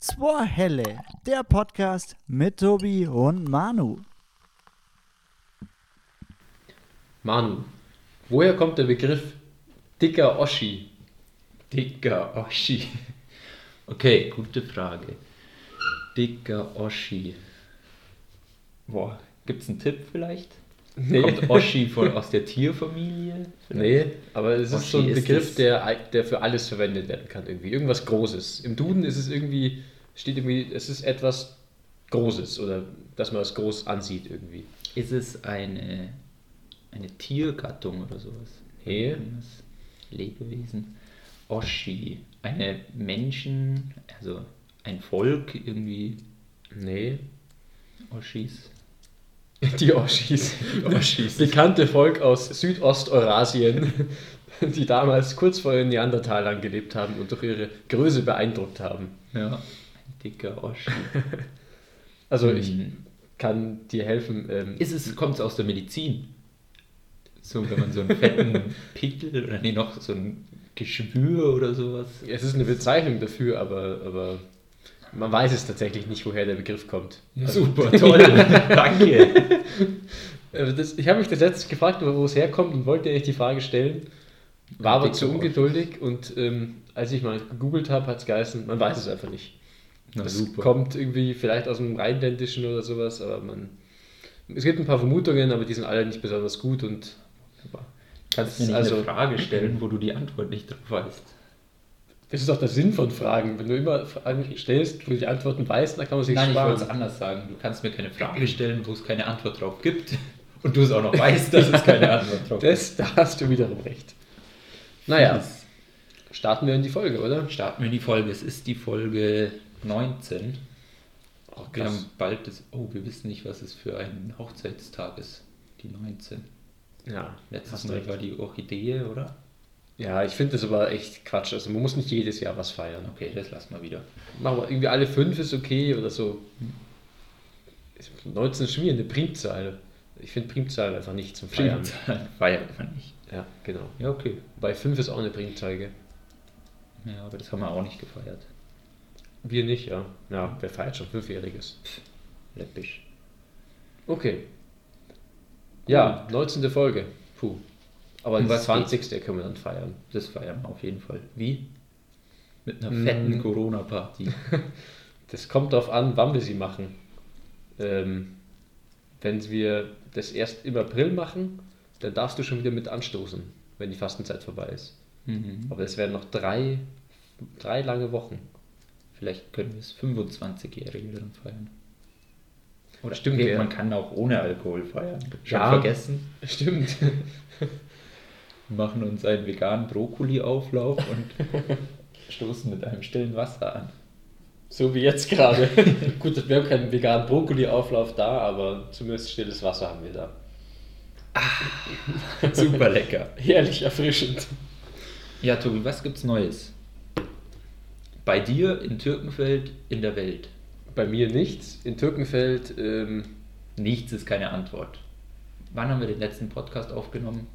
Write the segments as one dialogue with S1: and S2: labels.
S1: Sporhelle, der Podcast mit Tobi und Manu.
S2: Manu, woher kommt der Begriff dicker Oschi? Dicker Oschi. Okay, gute Frage. Dicker Oschi. Boah, gibt's einen Tipp vielleicht?
S3: Nee.
S2: Kommt Oschi von, aus der Tierfamilie?
S3: Nee, aber es ist
S2: Oschi
S3: so ein
S2: ist
S3: Begriff,
S2: das-
S3: der, all- der für alles verwendet werden kann irgendwie. Irgendwas Großes. Im Duden ist es irgendwie, steht irgendwie, es ist etwas Großes oder dass man es groß ansieht irgendwie.
S2: Ist es eine, eine Tiergattung oder sowas?
S3: Nee,
S2: Irgendwas Lebewesen. Oschi. Eine Menschen, also ein Volk irgendwie.
S3: nee.
S2: Oschis.
S3: Die Oschis.
S2: Oschis.
S3: Bekannte Volk aus Südosteurasien, die damals kurz vor den Neandertalern gelebt haben und durch ihre Größe beeindruckt haben.
S2: Ja. Ein dicker Oschi.
S3: Also ich
S2: Hm.
S3: kann dir helfen. Ähm,
S2: Ist es, kommt es aus der Medizin? So, wenn man so einen fetten Pickel oder nee, noch so ein Geschwür oder sowas.
S3: Es ist eine Bezeichnung dafür, aber, aber man weiß es tatsächlich nicht, woher der Begriff kommt. Also,
S2: Also, Super, toll. Danke.
S3: Äh, Das, ich habe mich das letzte gefragt, wo es herkommt und wollte eigentlich die Frage stellen, war aber
S2: Dicker
S3: zu ungeduldig und ähm, als ich mal gegoogelt habe, hat es geheißen, man weiß es einfach nicht.
S2: Na
S3: das
S2: super.
S3: kommt irgendwie vielleicht aus dem Rheinländischen oder sowas, aber man. Es gibt ein paar Vermutungen, aber die sind alle nicht besonders gut und kannst
S2: Wenn ich
S3: also.
S2: eine Frage stellen, wo du die Antwort nicht drauf weißt.
S3: Das ist doch der Sinn von Fragen. Wenn du immer Fragen stellst, wo du die Antworten weißt, dann kann man sich
S2: Nein, ich
S3: sparen.
S2: wollte es anders sagen. Du kannst mir keine Frage stellen, wo es keine Antwort drauf gibt und du es auch noch weißt, dass es keine Antwort drauf gibt.
S3: Das, da hast du wiederum recht. Naja, starten wir in die Folge, oder?
S2: Starten wir die Folge. Es ist die Folge 19.
S3: Oh,
S2: wir haben bald das. Oh, wir wissen nicht, was es für ein Hochzeitstag ist. Die 19.
S3: Ja,
S2: Letztes
S3: hast
S2: Mal
S3: recht.
S2: war die Orchidee, oder?
S3: ja, ich finde das aber echt Quatsch. Also man muss nicht jedes Jahr was feiern.
S2: Okay, das lassen wir wieder.
S3: Machen wir irgendwie alle fünf ist okay oder so. 19 ist schon wieder eine Primzahl. Ich finde Primzahl einfach nicht zum Feiern.
S2: Primzahlen feiert man nicht.
S3: Ja, genau.
S2: Ja, okay.
S3: Bei fünf ist auch eine Primzahl, gell?
S2: Ja, aber das haben wir auch nicht gefeiert.
S3: Wir nicht, ja. Ja, wer feiert schon Fünfjähriges?
S2: Läppisch.
S3: Okay. Ja, 19. Folge. Puh. Aber
S2: Um
S3: das
S2: was
S3: 20. können wir dann feiern.
S2: Das feiern wir auf jeden Fall. Wie? Mit einer fetten
S3: Mm.
S2: Corona-Party.
S3: Das kommt darauf an, wann wir sie machen. Ähm, wenn wir das erst im April machen, dann darfst du schon wieder mit anstoßen, wenn die Fastenzeit vorbei ist.
S2: mhm.
S3: Aber es werden noch drei, drei lange Wochen.
S2: Vielleicht können wir es 25-Jährige dann feiern. Oder
S3: Stimmt,
S2: stimmt,
S3: ja.
S2: man kann auch ohne Alkohol feiern. Schon
S3: Ja.
S2: vergessen.
S3: Stimmt.
S2: Wir machen uns einen veganen Brokkoli-Auflauf und stoßen mit einem stillen Wasser an.
S3: So wie jetzt gerade. Gut, wir haben keinen veganen Brokkoli-Auflauf da, aber zumindest stilles Wasser haben wir da.
S2: Super lecker.
S3: Herrlich erfrischend.
S2: Ja, Tobi, was gibt's Neues? Bei dir in Türkenfeld in der Welt.
S3: Bei mir nichts. In Türkenfeld, ähm,
S2: Nichts ist keine Antwort. Wann haben wir den letzten Podcast aufgenommen?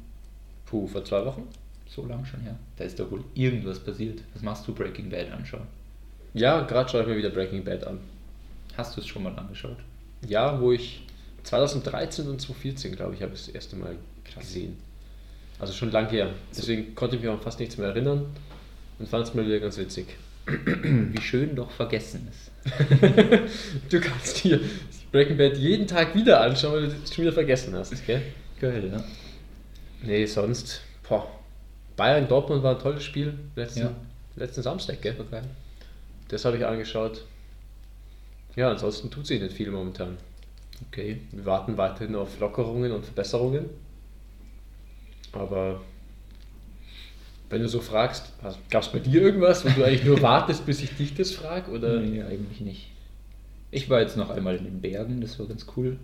S3: puh, vor zwei Wochen?
S2: So lang schon her. Da ist doch wohl irgendwas passiert. Was machst du Breaking Bad anschauen?
S3: Ja, gerade schaue ich mir wieder Breaking Bad an.
S2: Hast du es schon mal angeschaut?
S3: Ja, wo ich 2013 und 2014, glaube ich, habe ich das erste Mal gesehen. Also schon lang her. Deswegen konnte ich mich auch fast nichts mehr erinnern und fand es mal wieder ganz witzig.
S2: Wie schön doch vergessen ist.
S3: Du kannst dir Breaking Bad jeden Tag wieder anschauen, weil du es schon wieder vergessen hast, gell?
S2: Geil, ne?
S3: Nee, sonst, boah. Bayern Dortmund war ein tolles Spiel letzten,
S2: Ja.
S3: letzten Samstag, gell? Das habe ich angeschaut. Ja, ansonsten tut sich nicht viel momentan.
S2: Okay.
S3: Wir warten weiterhin auf Lockerungen und Verbesserungen. Aber wenn du so fragst, gab es bei dir irgendwas, wo du eigentlich nur wartest, bis ich dich das frage? Oder?
S2: Nee, eigentlich nicht. Äh, Ich war jetzt noch einmal in den Bergen, das war ganz cool.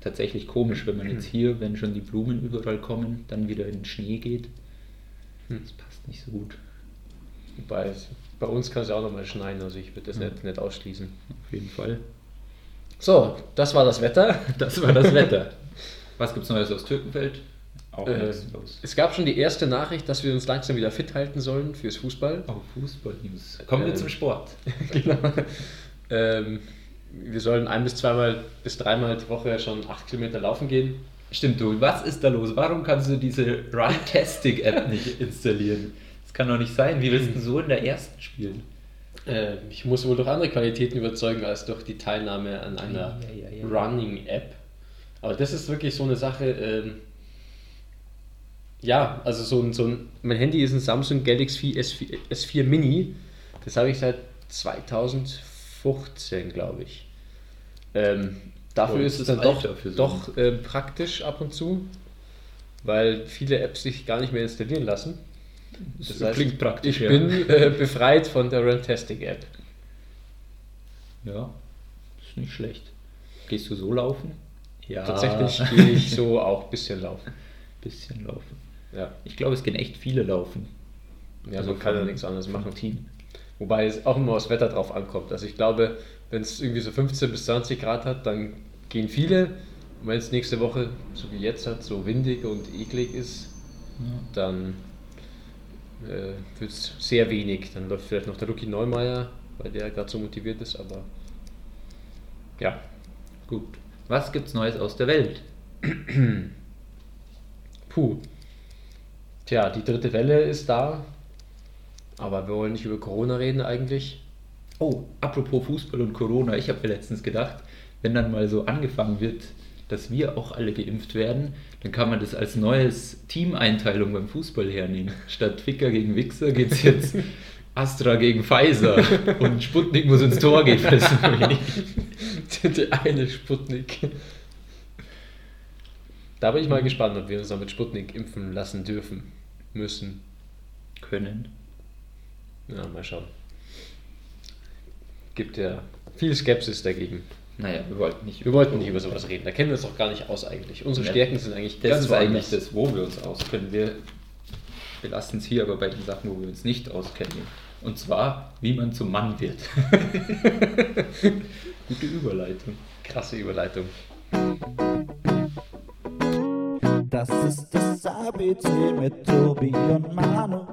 S2: Tatsächlich komisch, wenn man jetzt hier, wenn schon die Blumen überall kommen, dann wieder in den Schnee geht.
S3: Hm.
S2: Das passt nicht so gut.
S3: Bei, bei uns kann es ja auch nochmal schneien, also ich würde das nicht, nicht ausschließen.
S2: Auf jeden Fall.
S3: So, das war das Wetter.
S2: Das war das Wetter. Was gibt's Neues aus Türkenfeld? Auch
S3: Äh,
S2: nichts los.
S3: Es gab schon die erste Nachricht, dass wir uns langsam wieder fit halten sollen fürs Fußball.
S2: Oh, Fußball-News. Kommen wir
S3: Ähm,
S2: zum Sport.
S3: genau. ähm, wir sollen ein bis zweimal bis dreimal die Woche schon acht Kilometer laufen gehen.
S2: Stimmt, du, was ist da los? Warum kannst du diese Runtastic-App nicht installieren? Das kann doch nicht sein. Wie willst du so in der ersten spielen?
S3: Ähm, ich muss wohl durch andere Qualitäten überzeugen als durch die Teilnahme an einer
S2: Ei, ei, ei, ei.
S3: Running-App. Aber das ist wirklich so eine Sache. Ähm, ja, also so ein, so ein, mein Handy ist ein Samsung Galaxy S4, S4 Mini. Das habe ich seit 2015, glaube ich. Ähm, dafür
S2: Oh,
S3: ist es
S2: das
S3: dann doch,
S2: Alter für so
S3: doch ähm, praktisch ab und zu, weil viele Apps sich gar nicht mehr installieren lassen. Das heißt,
S2: praktisch.
S3: Ich
S2: ja.
S3: bin äh, befreit von der Runtastic-App.
S2: Ja, ist nicht schlecht. Gehst du so laufen? Ja.
S3: Tatsächlich
S2: Tatsächlich.
S3: gehe ich so auch ein bisschen laufen.
S2: Bisschen laufen.
S3: Ja,
S2: Ich glaube, es gehen echt viele laufen.
S3: ja
S2: Also
S3: man kann ja
S2: vom-
S3: nichts anderes machen.
S2: Team.
S3: Wobei es auch immer aufs Wetter drauf ankommt. Also ich glaube, wenn es irgendwie so 15 bis 20 Grad hat, dann gehen viele. Und wenn es nächste Woche, so wie jetzt hat, so windig und eklig ist, dann äh, wird es sehr wenig. Dann läuft vielleicht noch der Rookie Neumeier, weil der gerade so motiviert ist, aber ja.
S2: Gut. Was gibt's Neues aus der Welt?
S3: Puh. Tja, die dritte Welle ist da. Aber wir wollen nicht über Corona reden eigentlich.
S2: Oh, apropos Fußball und Corona, ich habe mir letztens gedacht, wenn dann mal so angefangen wird, dass wir auch alle geimpft werden, dann kann man das als neues Teameinteilung beim Fußball hernehmen. Statt Ficker gegen Wichser geht es jetzt Astra gegen Pfizer und Sputnik muss ins Tor gehen. Das ist wenig.
S3: Der eine Sputnik. Da bin ich mal gespannt, ob wir uns noch mit Sputnik impfen lassen dürfen. Müssen.
S2: Können.
S3: Ja, mal schauen. Gibt ja viel Skepsis dagegen.
S2: Naja, wir wollten nicht.
S3: Wir wollten nicht über sowas reden. Da kennen wir uns doch gar nicht aus eigentlich. Unsere
S2: Ja.
S3: Stärken sind eigentlich
S2: Das
S3: ganz
S2: ist
S3: woanders.
S2: eigentlich das, wo wir uns auskennen. Wir belassen es hier aber bei den Sachen, wo wir uns nicht auskennen. Und zwar, wie man zum Mann wird. Gute Überleitung.
S3: Krasse Überleitung.
S1: Das ist das ABC mit Tobi und Manu.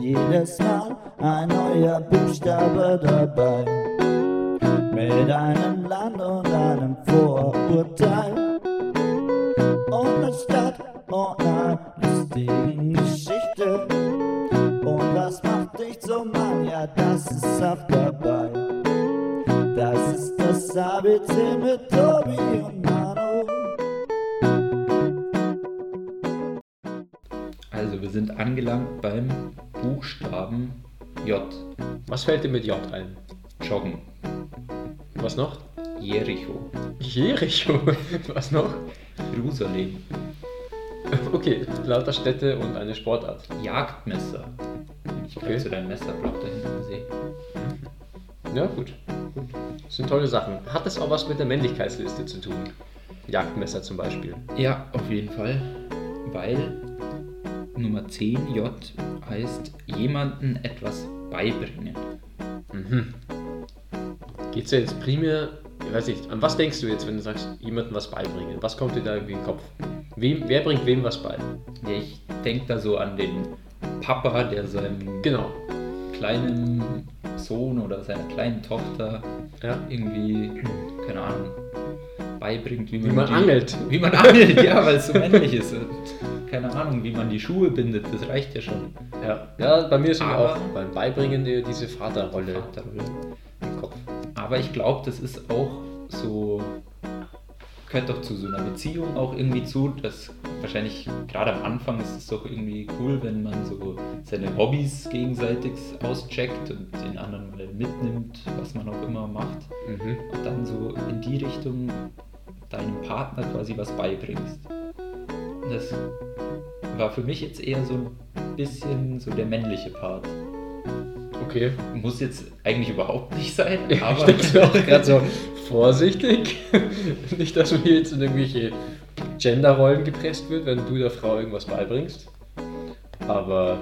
S1: Jedes Mal ein neuer Buchstabe dabei. Mit einem Land und einem Vorurteil. Ohne Stadt und einer lustigen Geschichte. Und was macht dich zum Mann? Ja, das ist Saft dabei. Das ist das ABC mit Tobi und Manu.
S2: Also, wir sind angelangt beim Buchstaben J.
S3: Was fällt dir mit J ein?
S2: Joggen.
S3: Was noch?
S2: Jericho.
S3: Jericho. Was noch?
S2: Jerusalem.
S3: Okay, lauter Städte und eine Sportart.
S2: Jagdmesser. Ich
S3: Okay.
S2: okay. zu deinem Messer, glaub da hinten gesehen.
S3: Ja, gut. gut. Das sind tolle Sachen. Hat es auch was mit der Männlichkeitsliste zu tun? Jagdmesser zum Beispiel.
S2: Ja, auf jeden Fall. Weil Nummer 10 J heißt jemanden etwas beibringen.
S3: Geht es ja Mhm. jetzt primär, ich weiß nicht, an was denkst du jetzt, wenn du sagst, jemandem was beibringen? Was kommt dir da irgendwie in den Kopf? Wem, wer bringt wem was bei?
S2: Ja, ich denke da so an den Papa, der seinem
S3: Genau.
S2: kleinen Sohn oder seiner kleinen Tochter
S3: Ja.
S2: irgendwie, keine Ahnung, beibringt, wie man,
S3: man
S2: die,
S3: angelt.
S2: Wie man angelt, ja, weil es so männlich ist. Und keine Ahnung, wie man die Schuhe bindet, das reicht ja schon.
S3: Ja, ja bei mir ist immer
S2: Aber-
S3: auch beim Beibringen eher diese Vaterrolle
S2: Vaterrolle.
S3: im Kopf.
S2: Aber ich glaube, das ist auch so, gehört doch zu so einer Beziehung auch irgendwie zu, dass wahrscheinlich gerade am Anfang ist es doch irgendwie cool, wenn man so seine Hobbys gegenseitig auscheckt und den anderen mal mitnimmt, was man auch immer macht.
S3: Mhm.
S2: Und dann so in die Richtung deinem Partner quasi was beibringst. Und Das war für mich jetzt eher so ein bisschen so der männliche Part.
S3: Okay.
S2: Muss jetzt eigentlich überhaupt nicht sein,
S3: Aber
S2: aber
S3: ich denke auch gerade so vorsichtig. Nicht, dass man hier jetzt in irgendwelche Genderrollen gepresst wird, wenn du der Frau irgendwas beibringst. Aber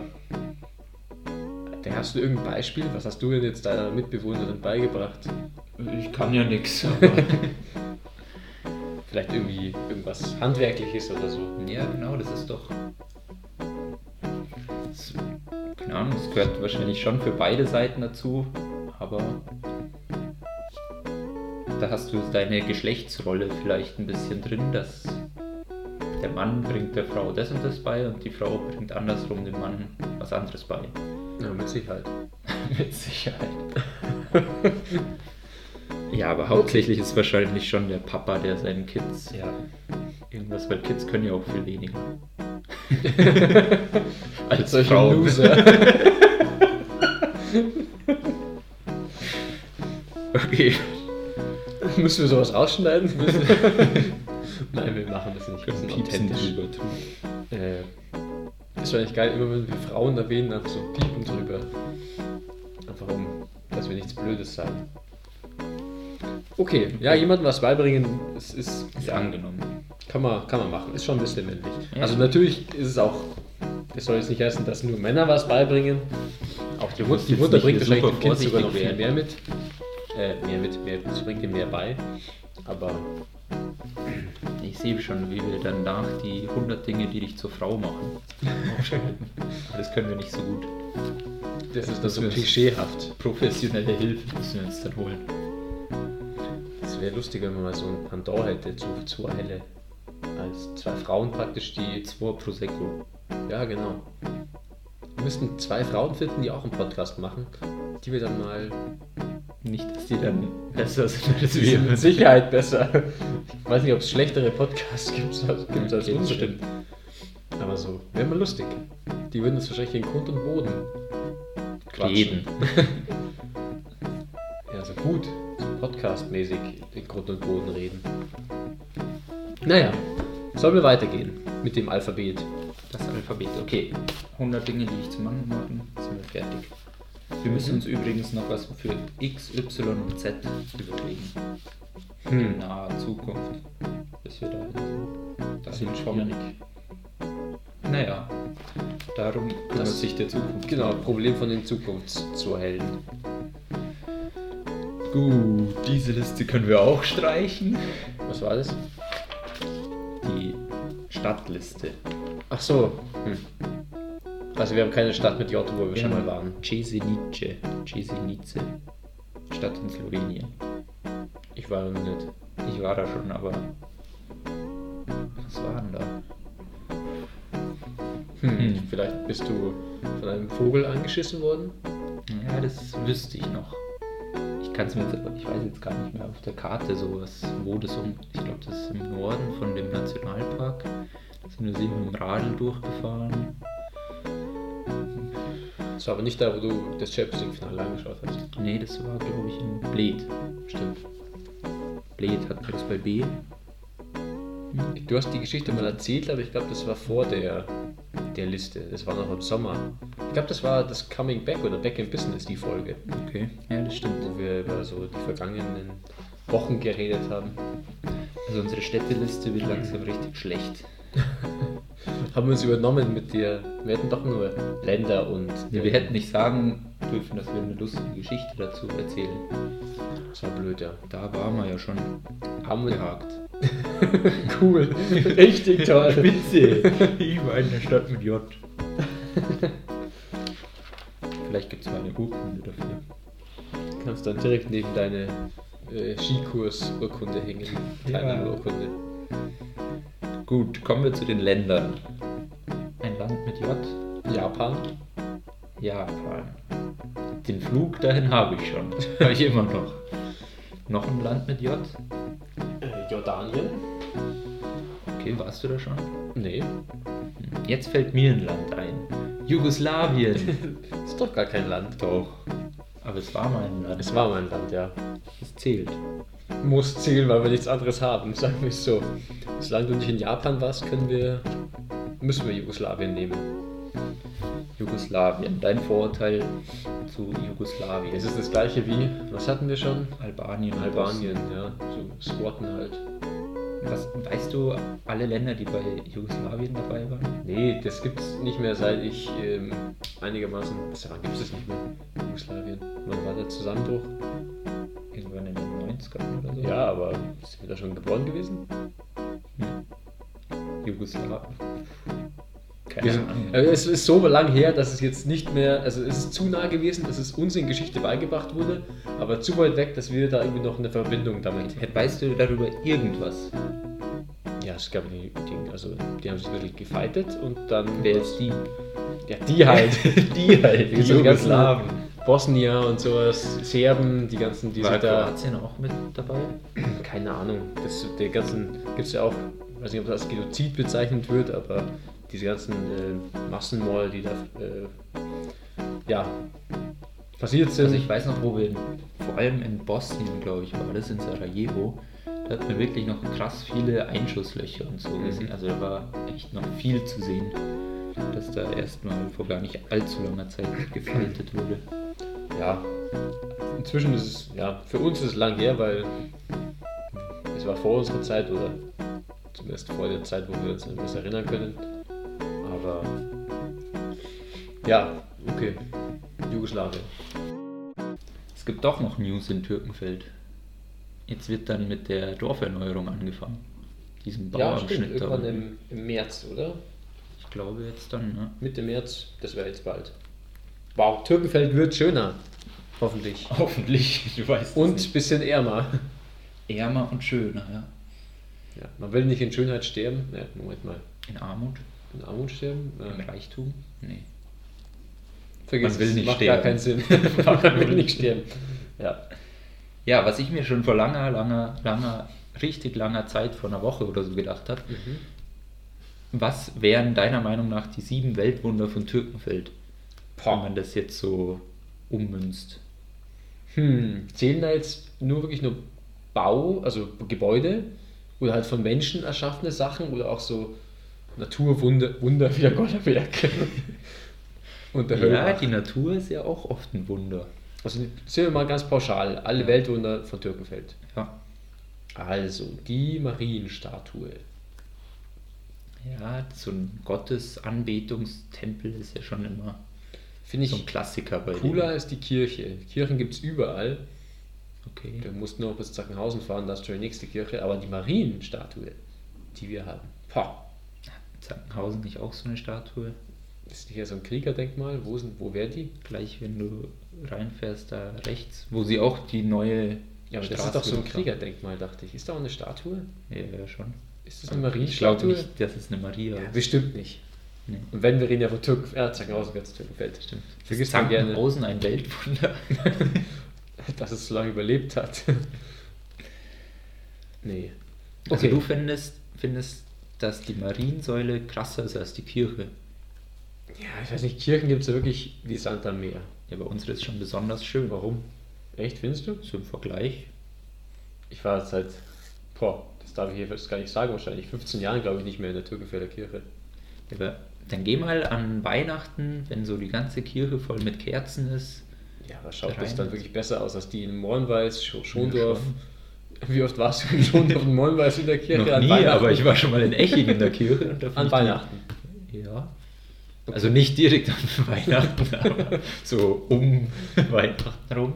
S3: da hast du irgendein Beispiel? Was hast du denn jetzt deiner Mitbewohnerin beigebracht?
S2: ich kann ja nichts. aber
S3: Vielleicht irgendwie irgendwas Handwerkliches oder so.
S2: Ja, genau, das ist doch. Das, keine Ahnung, es gehört wahrscheinlich schon für beide Seiten dazu, aber da hast du deine Geschlechtsrolle vielleicht ein bisschen drin, dass der Mann bringt der Frau das und das bei und die Frau bringt andersrum dem Mann was anderes bei.
S3: Ja, mit Sicherheit.
S2: Mit Sicherheit. ja, aber hauptsächlich ist wahrscheinlich schon der Papa, der seinen Kids
S3: Ja.
S2: irgendwas, weil Kids können ja auch viel weniger.
S3: Als
S2: Als
S3: solche
S2: Frauen.
S3: Loser.
S2: Okay,
S3: Müssen wir sowas rausschneiden? Nein, wir machen das nicht. Wir sind authentisch.
S2: drüber tun.
S3: Äh, ist eigentlich geil, immer wenn wir Frauen erwähnen, einfach so piepen drüber. Einfach um, dass wir nichts Blödes sagen. Okay, ja, jemandem was beibringen, es ist,
S2: Ist angenommen.
S3: kann man, kann man machen, ist schon ein bisschen männlich.
S2: Ja.
S3: Also natürlich ist es auch, es soll jetzt nicht heißen, dass nur Männer was beibringen. Auch die, Mut,
S2: musst
S3: die
S2: jetzt
S3: Mutter
S2: nicht
S3: bringt
S2: hier
S3: wahrscheinlich dem
S2: super
S3: Kind sogar noch viel
S2: vorsichtig
S3: mehr mit. Äh, mehr mit, mehr, sie bringt ihm mehr bei. Aber
S2: Ich sehe schon, wie wir danach die 100 Dinge, die dich zur Frau machen, aufschreiben. Aber das können wir nicht so gut.
S3: das ist dann so
S2: müssen wir-
S3: klischeehaft.
S2: Professionelle Hilfe müssen wir uns dann holen.
S3: Es wäre lustiger, wenn man mal so ein Pendant hätte zu zwei Helle. Als zwei Frauen praktisch, die.
S2: Zwei Prosecco.
S3: Ja, genau. Wir müssten zwei Frauen finden, die auch einen Podcast machen, die wir dann mal.
S2: Nicht, dass die dann besser sind als
S3: Die sind
S2: wir.
S3: mit Sicherheit besser. Ich weiß nicht, ob es schlechtere Podcasts gibt als, gibt's als
S2: Okay, das
S3: unsere. Aber so, wäre mal lustig. Die würden uns wahrscheinlich in Grund und Boden quatschen.
S2: Reden.
S3: Ja, so gut, so podcastmäßig in Grund und Boden reden. Naja, sollen wir weitergehen mit dem Alphabet?
S2: Das Alphabet, okay. 100 Dinge, die ich zum Mann machen, sind wir fertig. Wir
S3: Mhm.
S2: müssen uns übrigens noch was für X, Y und Z überlegen. In
S3: Hm.
S2: naher Zukunft. Bis wir da sind. Da
S3: Das
S2: sind
S3: wird
S2: schon.
S3: schwierig.
S2: Naja, darum kümmert
S3: Das-
S2: sich der Zukunft.
S3: Genau, Problem von den Zukunftszuhelden.
S2: Gut, diese Liste können wir auch streichen.
S3: Was war das?
S2: Die Stadtliste.
S3: Ach so. Hm. Also wir haben keine Stadt mit J, wo wir schon mal waren.
S2: Cesenice. Cesenice. Stadt in Slowenien.
S3: Ich war noch nicht.
S2: Ich war da schon, aber. Was war denn da?
S3: Hm.
S2: Hm.
S3: Vielleicht bist du von einem Vogel angeschissen worden?
S2: Ja, das wüsste ich noch. Ich kann es mir jetzt, aber- ich weiß jetzt gar nicht mehr auf der Karte sowas, wo das um. Ich glaube, das ist im Norden von dem Nationalpark. Da sind wir sicher mit dem Radl durchgefahren.
S3: Das war aber nicht da, wo du das Champions League-Finale angeschaut hast.
S2: Nee, das war, glaube ich, in Bled.
S3: Stimmt.
S2: Bled hatten wir das bei B.
S3: Du hast die Geschichte mal erzählt, aber ich glaube, das war vor der, der Liste. Das war noch im Sommer. Ich glaube, das war das Coming Back oder Back in Business, die Folge,
S2: Okay. Ja, das stimmt.
S3: wo wir über so die vergangenen Wochen geredet haben.
S2: Also unsere Städteliste wird langsam richtig schlecht.
S3: Haben wir uns übernommen mit dir. Wir hätten doch nur Länder und.
S2: Nee, wir hätten nicht sagen dürfen, dass wir eine lustige Geschichte dazu erzählen.
S3: Das war blöd, ja.
S2: Da waren wir ja schon
S3: Haben wir.
S2: abgehakt.
S3: Cool. Richtig toll.
S2: Ich war in der Stadt mit J. Vielleicht gibt es mal eine Urkunde dafür.
S3: Kannst dann direkt neben deine äh, Skikurs-Urkunde hängen. Teilnahmeurkunde.
S2: Gut, kommen wir zu den Ländern. Ein Land mit J?
S3: Japan.
S2: Japan. Den Flug dahin habe ich schon. Habe ich immer noch. Noch ein Land mit J?
S3: Äh, Jordanien.
S2: Okay, warst du da schon?
S3: Nee.
S2: Jetzt fällt mir ein Land ein. Jugoslawien.
S3: Ist doch gar kein Land.
S2: Doch. Aber es war mal ein Land.
S3: Es war mein Land, ja.
S2: Es zählt.
S3: Muss zählen, weil wir nichts anderes haben, sagen wir es so. Solange du nicht in Japan warst, können wir. müssen wir Jugoslawien nehmen.
S2: Jugoslawien. Dein Vorurteil zu Jugoslawien.
S3: Es ist das gleiche wie. Was hatten wir schon?
S2: Albanien. und
S3: Albanien, ja. So Squatten halt.
S2: Bosnien. Was, weißt du alle Länder, die bei Jugoslawien dabei waren?
S3: Nee, das gibt's nicht mehr, seit ich ähm, einigermaßen. Seit wann gibt's das nicht mehr? Jugoslawien. Wann war der Zusammenbruch?
S2: Irgendwann in den 90ern oder so.
S3: Ja, aber sind wir da schon geboren gewesen?
S2: Jugoslawen.
S3: Wir
S2: Keine
S3: sind,
S2: Ahnung.
S3: äh, es ist so lang her, dass es jetzt nicht mehr, also es ist zu nah gewesen, dass es uns in Geschichte beigebracht wurde, aber zu weit weg, dass wir da irgendwie noch eine Verbindung damit hätten.
S2: Weißt du darüber irgendwas?
S3: Ja, es gab die, die, also die haben sich wirklich gefeitet und dann
S2: Wer ist die?
S3: ja, die halt,
S2: die halt,
S3: die Jugoslawen. Bosnier und sowas, Serben, die ganzen, die
S2: War
S3: sind da,
S2: Kroatien auch mit dabei?
S3: keine Ahnung, das, die ganzen, gibt es ja auch, ich weiß nicht, ob das als Genozid bezeichnet wird, aber diese ganzen äh, Massenmorde, die da, äh, ja, passiert sind.
S2: Also ich weiß noch, wo wir, in, vor allem in Bosnien, glaube ich, war das, in Sarajevo, da hat man wirklich noch krass viele Einschusslöcher und so
S3: Mhm.
S2: gesehen. Also da war echt noch viel zu sehen, dass da erstmal vor gar nicht allzu langer Zeit gefaltet wurde.
S3: ja, inzwischen ist es, ja, für uns ist es lang her, weil es war vor unserer Zeit oder zumindest vor der Zeit, wo wir uns an was erinnern können. Aber ja, okay. Jugoslawien.
S2: Es gibt doch noch News in Türkenfeld. Jetzt wird dann mit der Dorferneuerung angefangen. Diesen Bauernschnitt da.
S3: Irgendwann
S2: unten.
S3: im, im März, oder?
S2: Ich glaube jetzt dann, ne?
S3: Mitte März, das wäre jetzt bald. Wow, Türkenfeld wird schöner. Hoffentlich.
S2: Hoffentlich, du weißt.
S3: Und bisschen ärmer.
S2: ärmer und schöner, ja.
S3: Ja, man will nicht in Schönheit sterben. Ne, Moment mal.
S2: In Armut,
S3: In Armut sterben? Ja.
S2: im Reichtum? Nee.
S3: Vergiss
S2: Man will
S3: es,
S2: nicht
S3: macht
S2: sterben.
S3: gar keinen Sinn. Man will nicht sterben. Ja.
S2: Ja, was ich mir schon vor langer, langer, langer, richtig langer Zeit, vor einer Woche oder so gedacht habe,
S3: Mhm.
S2: was wären deiner Meinung nach die sieben Weltwunder von Türkenfeld, wenn man das jetzt so ummünzt?
S3: Hm. Zählen da jetzt nur wirklich nur Bau, also Gebäude oder halt von Menschen erschaffene Sachen oder auch so Naturwunder, Wunder wie der Golderberg und der
S2: Ja,
S3: Höhle.
S2: die Natur ist ja auch oft ein Wunder.
S3: Also zählen wir mal ganz pauschal alle Weltwunder von Türkenfeld.
S2: Ja,
S3: Also die Marienstatue.
S2: ja so ein Gottesanbetungstempel ist ja schon immer
S3: Finde ich
S2: so ein Klassiker bei
S3: cooler
S2: denen.
S3: als die Kirche. Kirchen gibt es überall.
S2: Okay.
S3: Wir mussten noch bis Zackenhausen fahren, da ist schon die nächste Kirche, aber die Marienstatue, die wir haben, boah,
S2: Zankenhausen nicht auch so eine Statue?
S3: ist nicht eher so ein Kriegerdenkmal? Wo, sind, wo wäre die?
S2: Gleich, wenn du reinfährst, da rechts, wo sie auch die neue
S3: Ja, aber das ist doch so ein
S2: gemacht haben.
S3: Kriegerdenkmal, dachte ich. Ist da auch eine Statue?
S2: Ja, ja, schon.
S3: Ist das eine
S2: Ich glaube
S3: Marienstatue?
S2: nicht, dass es eine Maria
S3: Ja,
S2: ist.
S3: bestimmt nicht.
S2: Nee.
S3: Und wenn, wir reden ja von Türken, äh, Zackenhausen, ganz Türkenfeld.
S2: Stimmt.
S3: Vergiss man gerne,
S2: Zankenhausen ein Weltwunder.
S3: dass es so lange überlebt hat. nee.
S2: Also
S3: Okay.
S2: du findest, findest, dass die Mariensäule krasser ist als die Kirche.
S3: Ja, ich weiß nicht, Kirchen gibt es ja wirklich wie Sand am Meer.
S2: Ja, bei uns ist schon besonders schön. Warum?
S3: Echt, findest du?
S2: So im Vergleich.
S3: Ich war seit, boah, das darf ich hier jetzt gar nicht sagen wahrscheinlich, 15 Jahren glaube ich nicht mehr in der Türkenfelder Kirche.
S2: Aber dann geh mal an Weihnachten, wenn so die ganze Kirche voll mit Kerzen ist.
S3: Ja, aber schaut
S2: Rein
S3: das dann
S2: mit-
S3: wirklich besser aus als die in Mornweiß, Sch Schondorf.
S2: schon.
S3: Wie oft warst du in Schondorf und Mornweiß in der Kirche
S2: Noch
S3: an
S2: nie,
S3: Weihnachten?
S2: aber ich war schon mal in Eching in der Kirche. und da fand
S3: an
S2: ich
S3: Weihnachten.
S2: Die, ja. Also nicht direkt an Weihnachten, aber so um Weihnachten rum.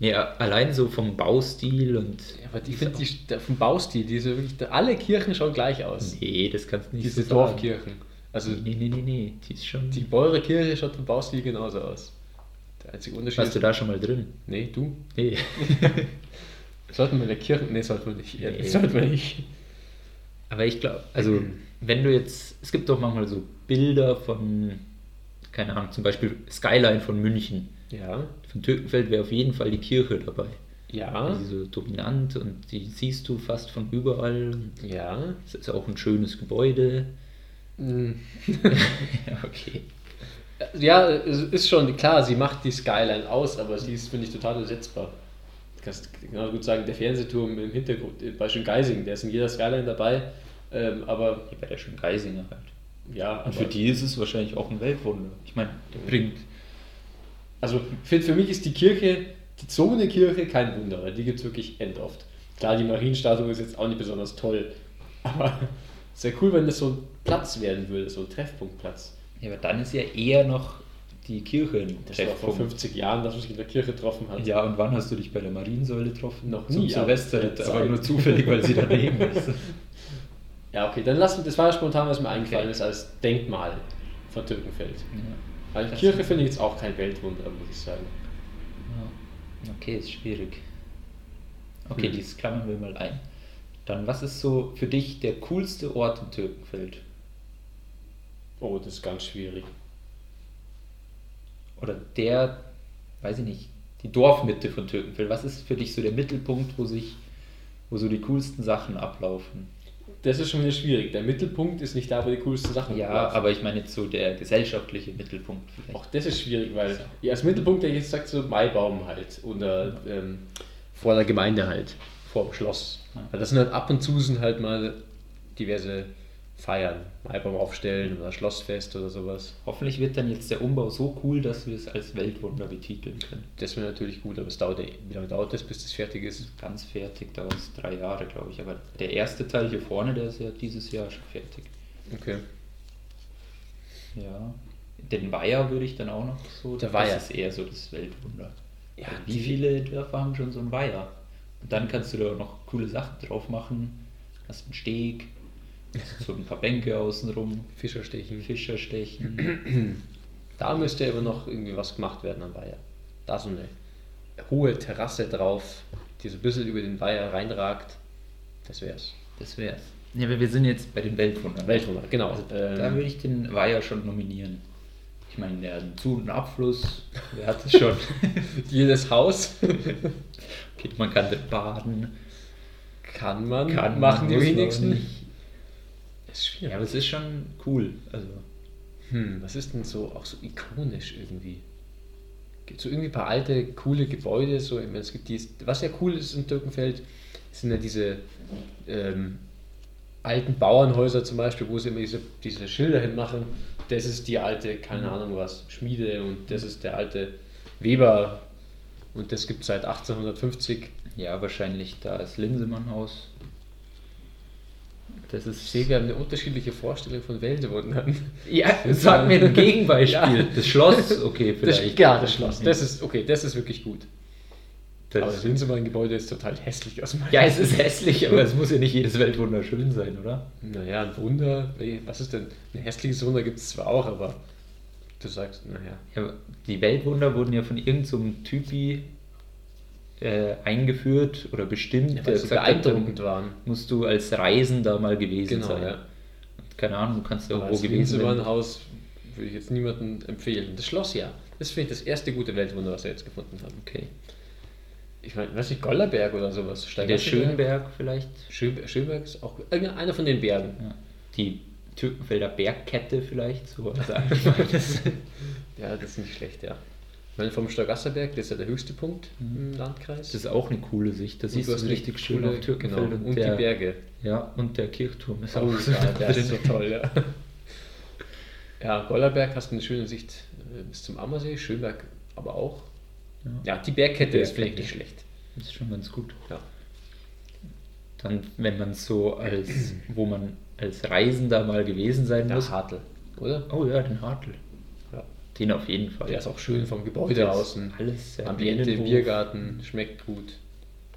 S2: Ja, allein so vom Baustil und
S3: Ja, aber die- ich finde, die- der- vom Baustil, diese wirklich, da- alle Kirchen schauen gleich aus.
S2: Nee, das kannst du nicht
S3: Diese
S2: so sagen.
S3: Dorfkirchen. Also
S2: Nee, nee, nee, nee. Die ist schon.
S3: die Bäuerkirche schaut vom Baustil genauso aus. Der einzige Unterschied
S2: Warst du da schon mal drin?
S3: Nee, du?
S2: Nee.
S3: Sollten wir in der Kirche? Nee, sollten wir nicht. Ja,
S2: Nee.
S3: Sollten wir nicht.
S2: Aber ich glaube, also, wenn du jetzt. Es gibt doch manchmal so Bilder von. Keine Ahnung, zum Beispiel Skyline von München.
S3: Ja.
S2: Von Türkenfeld wäre auf jeden Fall die Kirche dabei.
S3: Ja.
S2: Die ist so dominant und die siehst du fast von überall.
S3: Ja. Hm.
S2: Es ist auch ein schönes Gebäude. ja, okay.
S3: Ja, es ist schon klar, sie macht die Skyline aus, aber sie ist, finde ich, total ersetzbar. Du kannst genauso gut sagen, der Fernsehturm im Hintergrund, äh, bei Schöngeising, der ist in jeder Skyline dabei, ähm, aber
S2: Hier bei der schönen Geisinger halt.
S3: ja, aber,
S2: Und für die ist es wahrscheinlich auch ein Weltwunder. Ich meine, der bringt.
S3: also für, für mich ist die Kirche, die zogene Kirche, kein Wunder, weil die gibt es wirklich end oft. Klar, die Marienstatue ist jetzt auch nicht besonders toll, aber es wäre cool, wenn das so ein Platz werden würde, so ein Treffpunktplatz.
S2: Ja, aber dann ist ja eher noch die Kirchen
S3: Das war vor 50 Jahren, dass man sich in der Kirche getroffen hat.
S2: Ja, und wann hast du dich bei der Mariensäule getroffen?
S3: Noch
S2: Zum
S3: nie, aber
S2: Silvesterritt,
S3: der
S2: Also aber
S3: Zeit.
S2: nur zufällig, weil sie daneben ist.
S3: Ja, okay, dann lassen das war ja spontan, was mir eingefallen
S2: Okay.
S3: ist, als Denkmal von Türkenfeld.
S2: Ja.
S3: Weil die
S2: Das-
S3: Kirche finde ich jetzt auch kein Weltwunder, muss ich sagen.
S2: Ja. Okay, ist schwierig. Okay,
S3: Hm.
S2: dieses klammern wir mal ein. Dann, was ist so für dich der coolste Ort in Türkenfeld?
S3: Oh, das ist ganz schwierig.
S2: Oder der, weiß ich nicht, die Dorfmitte von Türkenfeld. Was ist für dich so der Mittelpunkt, wo sich, wo so die coolsten Sachen ablaufen?
S3: Das ist schon wieder schwierig. Der Mittelpunkt ist nicht da, wo die coolsten Sachen
S2: Ja,
S3: laufen.
S2: aber ich meine jetzt so der gesellschaftliche Mittelpunkt vielleicht.
S3: Auch das ist schwierig, weil ja, als Mittelpunkt der jetzt sagt so Maibaum halt oder ähm, vor der Gemeinde halt, vor dem Schloss.
S2: Ja.
S3: Weil das sind halt ab und zu sind halt mal diverse Feiern. Maibaum aufstellen oder Schlossfest oder sowas.
S2: Hoffentlich wird dann jetzt der Umbau so cool, dass wir es als Weltwunder betiteln können.
S3: Das wäre natürlich gut, aber es dauert ja, wie lange dauert das, bis das fertig ist?
S2: Ganz fertig, dauert es drei Jahre, glaube ich. Aber der erste Teil hier vorne, der ist ja dieses Jahr schon fertig.
S3: Okay.
S2: Ja. Den Weiher würde ich dann auch noch so.
S3: Der Weiher.
S2: Das ist eher so das Weltwunder.
S3: Ja,
S2: Weil Wie viele Dörfer haben schon so einen Weiher? Und dann kannst du da auch noch coole Sachen drauf machen. Hast einen Steg, hast so ein paar Bänke außenrum,
S3: Fischerstechen.
S2: Fischer stechen.
S3: Da müsste aber noch irgendwie was gemacht werden am Weiher. Da so eine hohe Terrasse drauf, die so ein bisschen über den Weiher reinragt. Das wär's.
S2: Das wär's. Ja, aber wir sind jetzt bei den Weltwundern.
S3: Weltwunder, genau.
S2: Also, da würde
S3: ähm,
S2: ich den Weiher schon nominieren. Ich meine, der hat einen Zu- und Abfluss, wer hat es schon?
S3: jedes Haus
S2: okay, man kann drin baden.
S3: kann man,
S2: Kann
S3: machen
S2: man,
S3: die
S2: muss man
S3: wenigsten.
S2: nicht.
S3: Das ist
S2: Ja,
S3: schwierig.
S2: aber es ist schon cool. Also,
S3: Hm, was ist denn so auch so ikonisch irgendwie? Gibt so irgendwie ein paar alte, coole Gebäude, so ich meine, es gibt die, was ja cool ist in Türkenfeld, sind ja diese ähm, alten Bauernhäuser zum Beispiel, wo sie immer diese, diese Schilder hinmachen. Das ist die alte, keine Ahnung was, Schmiede und das ist der alte Weber. Und das gibt es seit 1850.
S2: ja, wahrscheinlich da ist Linsemannhaus. Das
S3: Ich
S2: ist
S3: sehe, wir haben eine unterschiedliche Vorstellung von Weltwundern.
S2: Ja, sag mir ein Gegenbeispiel.
S3: Ja.
S2: Das Schloss, okay,
S3: Das,
S2: vielleicht. Mhm.
S3: ja, das Schloss. Das ist, okay, das ist wirklich gut.
S2: Das-
S3: Aber das Linsemann-Gebäude ist total hässlich aus meiner
S2: ja, es ist hässlich, aber es muss ja nicht jedes Weltwunder schön sein, oder?
S3: Naja, ein Wunder. nee, Was ist denn? Ein hässliches Wunder gibt es zwar auch, aber du sagst, naja.
S2: Ja, aber die Weltwunder wurden ja von irgendeinem so Typi äh, eingeführt oder bestimmt,
S3: Weil sie beeindruckend
S2: dann
S3: waren.
S2: musst du als Reisender mal gewesen
S3: Genau,
S2: sein.
S3: ja.
S2: Keine Ahnung, du kannst ja
S3: Aber
S2: auch wo
S3: das
S2: gewesen sein.
S3: Linsemann-Haus würde ich jetzt niemandem empfehlen. Das Schloss ja. Das finde ich das erste gute Weltwunder, was wir jetzt gefunden haben.
S2: Okay.
S3: Ich meine, weiß nicht, Gollerberg oder sowas.
S2: Der
S3: Schönberg.
S2: Schönberg vielleicht.
S3: Schönberg ist auch einer von den Bergen.
S2: Ja. Die Türkenfelder Bergkette vielleicht, so als allgemeines.
S3: Ja, das ist nicht schlecht, ja. Ich meine, vom Staugasserberg, das ist ja der höchste Punkt im Landkreis.
S2: Das ist auch eine coole Sicht. Das
S3: Und
S2: siehst du
S3: hast eine
S2: richtig schön
S3: coole-
S2: auf Türkenfeld.
S3: Genau. Und, die
S2: der-
S3: Berge.
S2: Ja, und der Kirchturm ist
S3: Oh,
S2: auch so.
S3: ja,
S2: da
S3: der ist so
S2: drin.
S3: toll, ja. Ja, Gollerberg hast du eine schöne Sicht äh, bis zum Ammersee, Schönberg aber auch. Ja, die Bergkette ist vielleicht
S2: Bergkette.
S3: nicht schlecht.
S2: Das ist schon ganz gut.
S3: Ja.
S2: Dann, wenn man so als, wo man als Reisender mal gewesen sein muss.
S3: Der Hartl, oder?
S2: Oh ja, den Hartl.
S3: Ja.
S2: Den auf jeden Fall.
S3: Der ist auch schön vom
S2: Der
S3: Gebäude
S2: ist
S3: außen.
S2: Alles sehr
S3: Ambiente im
S2: Innenhof.
S3: Biergarten, schmeckt gut.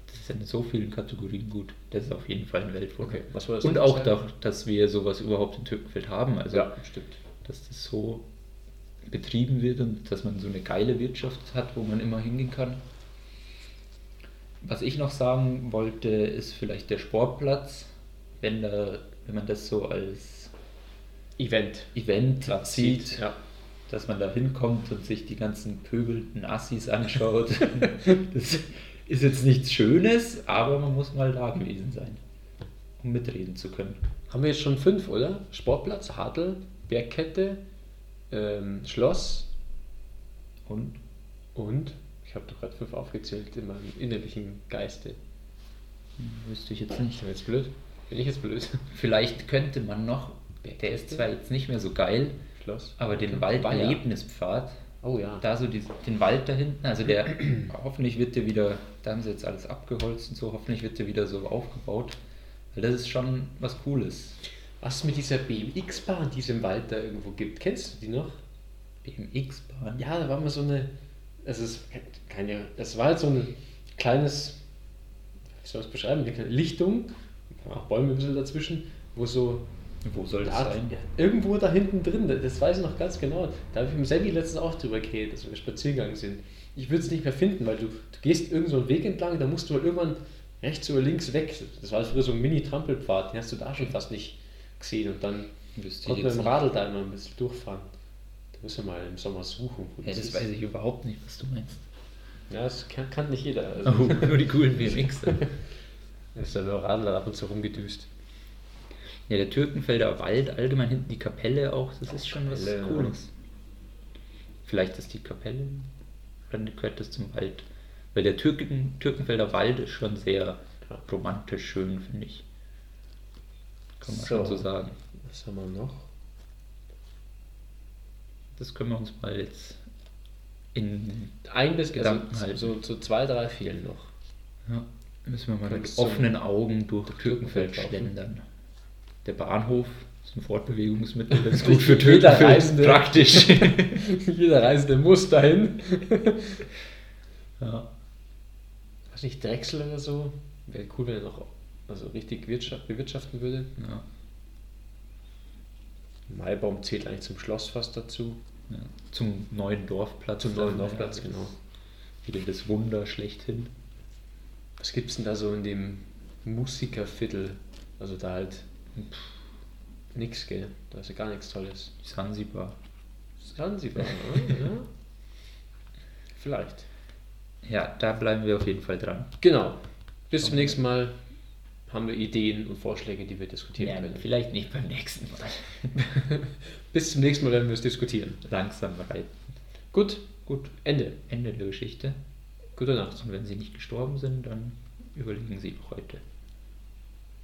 S2: Das ist in so vielen Kategorien gut. Das ist auf jeden Fall ein Weltwunder.
S3: Okay, was war das
S2: und
S3: letzte
S2: auch,
S3: Teil?
S2: doch, dass wir sowas überhaupt in Türkenfeld haben. Also,
S3: Ja, stimmt.
S2: dass das so betrieben wird und dass man so eine geile Wirtschaft hat, wo man immer hingehen kann. Was ich noch sagen wollte, ist vielleicht der Sportplatz, wenn, da, wenn man das so als
S3: Event.
S2: Event sieht,
S3: Ja.
S2: dass man da hinkommt und sich die ganzen pöbelnden Assis anschaut. das ist jetzt nichts Schönes, aber man muss mal da gewesen sein, um mitreden zu können.
S3: Haben wir jetzt schon fünf, oder? Sportplatz, Hartl, Bergkette, ähm, Schloss
S2: Und
S3: und ich habe doch gerade fünf aufgezählt in meinem innerlichen Geiste.
S2: wüsste ich jetzt nicht.
S3: Ist ja jetzt blöd? Bin ich jetzt blöd?
S2: Vielleicht könnte man noch, der ist zwar jetzt nicht mehr so geil,
S3: Schloss.
S2: aber den
S3: Weiher.
S2: Walderlebnispfad,
S3: Oh ja.
S2: da so die, den Wald da hinten, also der, hoffentlich wird der wieder, da haben sie jetzt alles abgeholzt und so, hoffentlich wird der wieder so aufgebaut, weil das ist schon was Cooles.
S3: Was es mit dieser BMX-Bahn, die es im Wald da irgendwo gibt, kennst du die noch?
S2: BMX-Bahn?
S3: Ja, da war mal so eine. also Es ist keine. Es war halt so ein kleines. Wie soll ich es beschreiben? Eine kleine Lichtung. Auch Bäume ein bisschen dazwischen. Wo so.
S2: Wo soll das
S3: eine Art-
S2: sein?
S3: ja, irgendwo da hinten drin. Das weiß ich noch ganz genau. Da habe ich mit Sammy letztens auch drüber geredet, als wir Spaziergang sind. Ich würde es nicht mehr finden, weil du, du gehst irgendeinen so einen Weg entlang. Da musst du halt irgendwann rechts oder links weg. Das war früher so ein Mini-Trampelpfad. Den hast du da schon fast nicht gesehen. Und dann
S2: Wüsste ich
S3: konnten wir
S2: jetzt
S3: im
S2: nicht.
S3: Radl da immer ein bisschen durchfahren. Da müssen wir mal im Sommer suchen. wo
S2: Ja, das
S3: ist.
S2: weiß ich überhaupt nicht, was du meinst.
S3: Ja, das kann, kann nicht jeder. Also.
S2: Oh, nur die coolen BMXer.
S3: Ist ja nur Radler ab und zu rumgedüst.
S2: Ja, der Türkenfelder Wald, allgemein hinten die Kapelle auch, das ist schon was
S3: Kapelle, ja.
S2: Cooles. Vielleicht ist die Kapelle, dann gehört das zum Wald. Weil der Türken, Türkenfelder Wald ist schon sehr
S3: Ja.
S2: romantisch schön, finde ich. Kann man
S3: So.
S2: schon so sagen.
S3: Was haben wir noch?
S2: Das können wir uns mal jetzt in.
S3: Ein bis
S2: Gedanken
S3: also,
S2: halten.
S3: so, so zwei, drei fehlen noch.
S2: Ja, müssen wir mal mit
S3: Kannst du-
S2: offenen Augen durch Türkenfeld
S3: Türkenfeld laufen.
S2: schlendern. Der Bahnhof ist ein Fortbewegungsmittel, das ist gut für
S3: Jeder
S2: Türkenfeld.
S3: Reisende.
S2: Praktisch.
S3: jeder Reisende muss dahin.
S2: ja.
S3: Was nicht, Drechsel oder so. Wäre cool, wenn er noch also richtig Wirtschaft, bewirtschaften würde.
S2: Ja.
S3: Maibaum zählt eigentlich zum Schloss fast dazu.
S2: Ja, Zum neuen Dorfplatz.
S3: Zum
S2: dann,
S3: neuen Dorfplatz,
S2: ja.
S3: genau.
S2: Wieder das Wunder schlechthin.
S3: Was gibt's denn da so in dem Musikerviertel? Also da halt pff, nix, gell? Da ist ja gar nichts Tolles.
S2: Sansibar.
S3: Sansibar, ja. Vielleicht.
S2: Ja, da bleiben wir auf jeden Fall dran.
S3: Genau. Bis zum nächsten Mal haben wir Ideen und Vorschläge, die wir diskutieren
S2: Ja,
S3: können.
S2: vielleicht nicht beim nächsten Mal.
S3: Bis zum nächsten Mal werden wir es diskutieren.
S2: Langsam reiten.
S3: Gut, gut. Ende.
S2: Ende der Geschichte.
S3: Gute Nacht.
S2: Und wenn sie nicht gestorben sind, dann überlegen sie noch heute.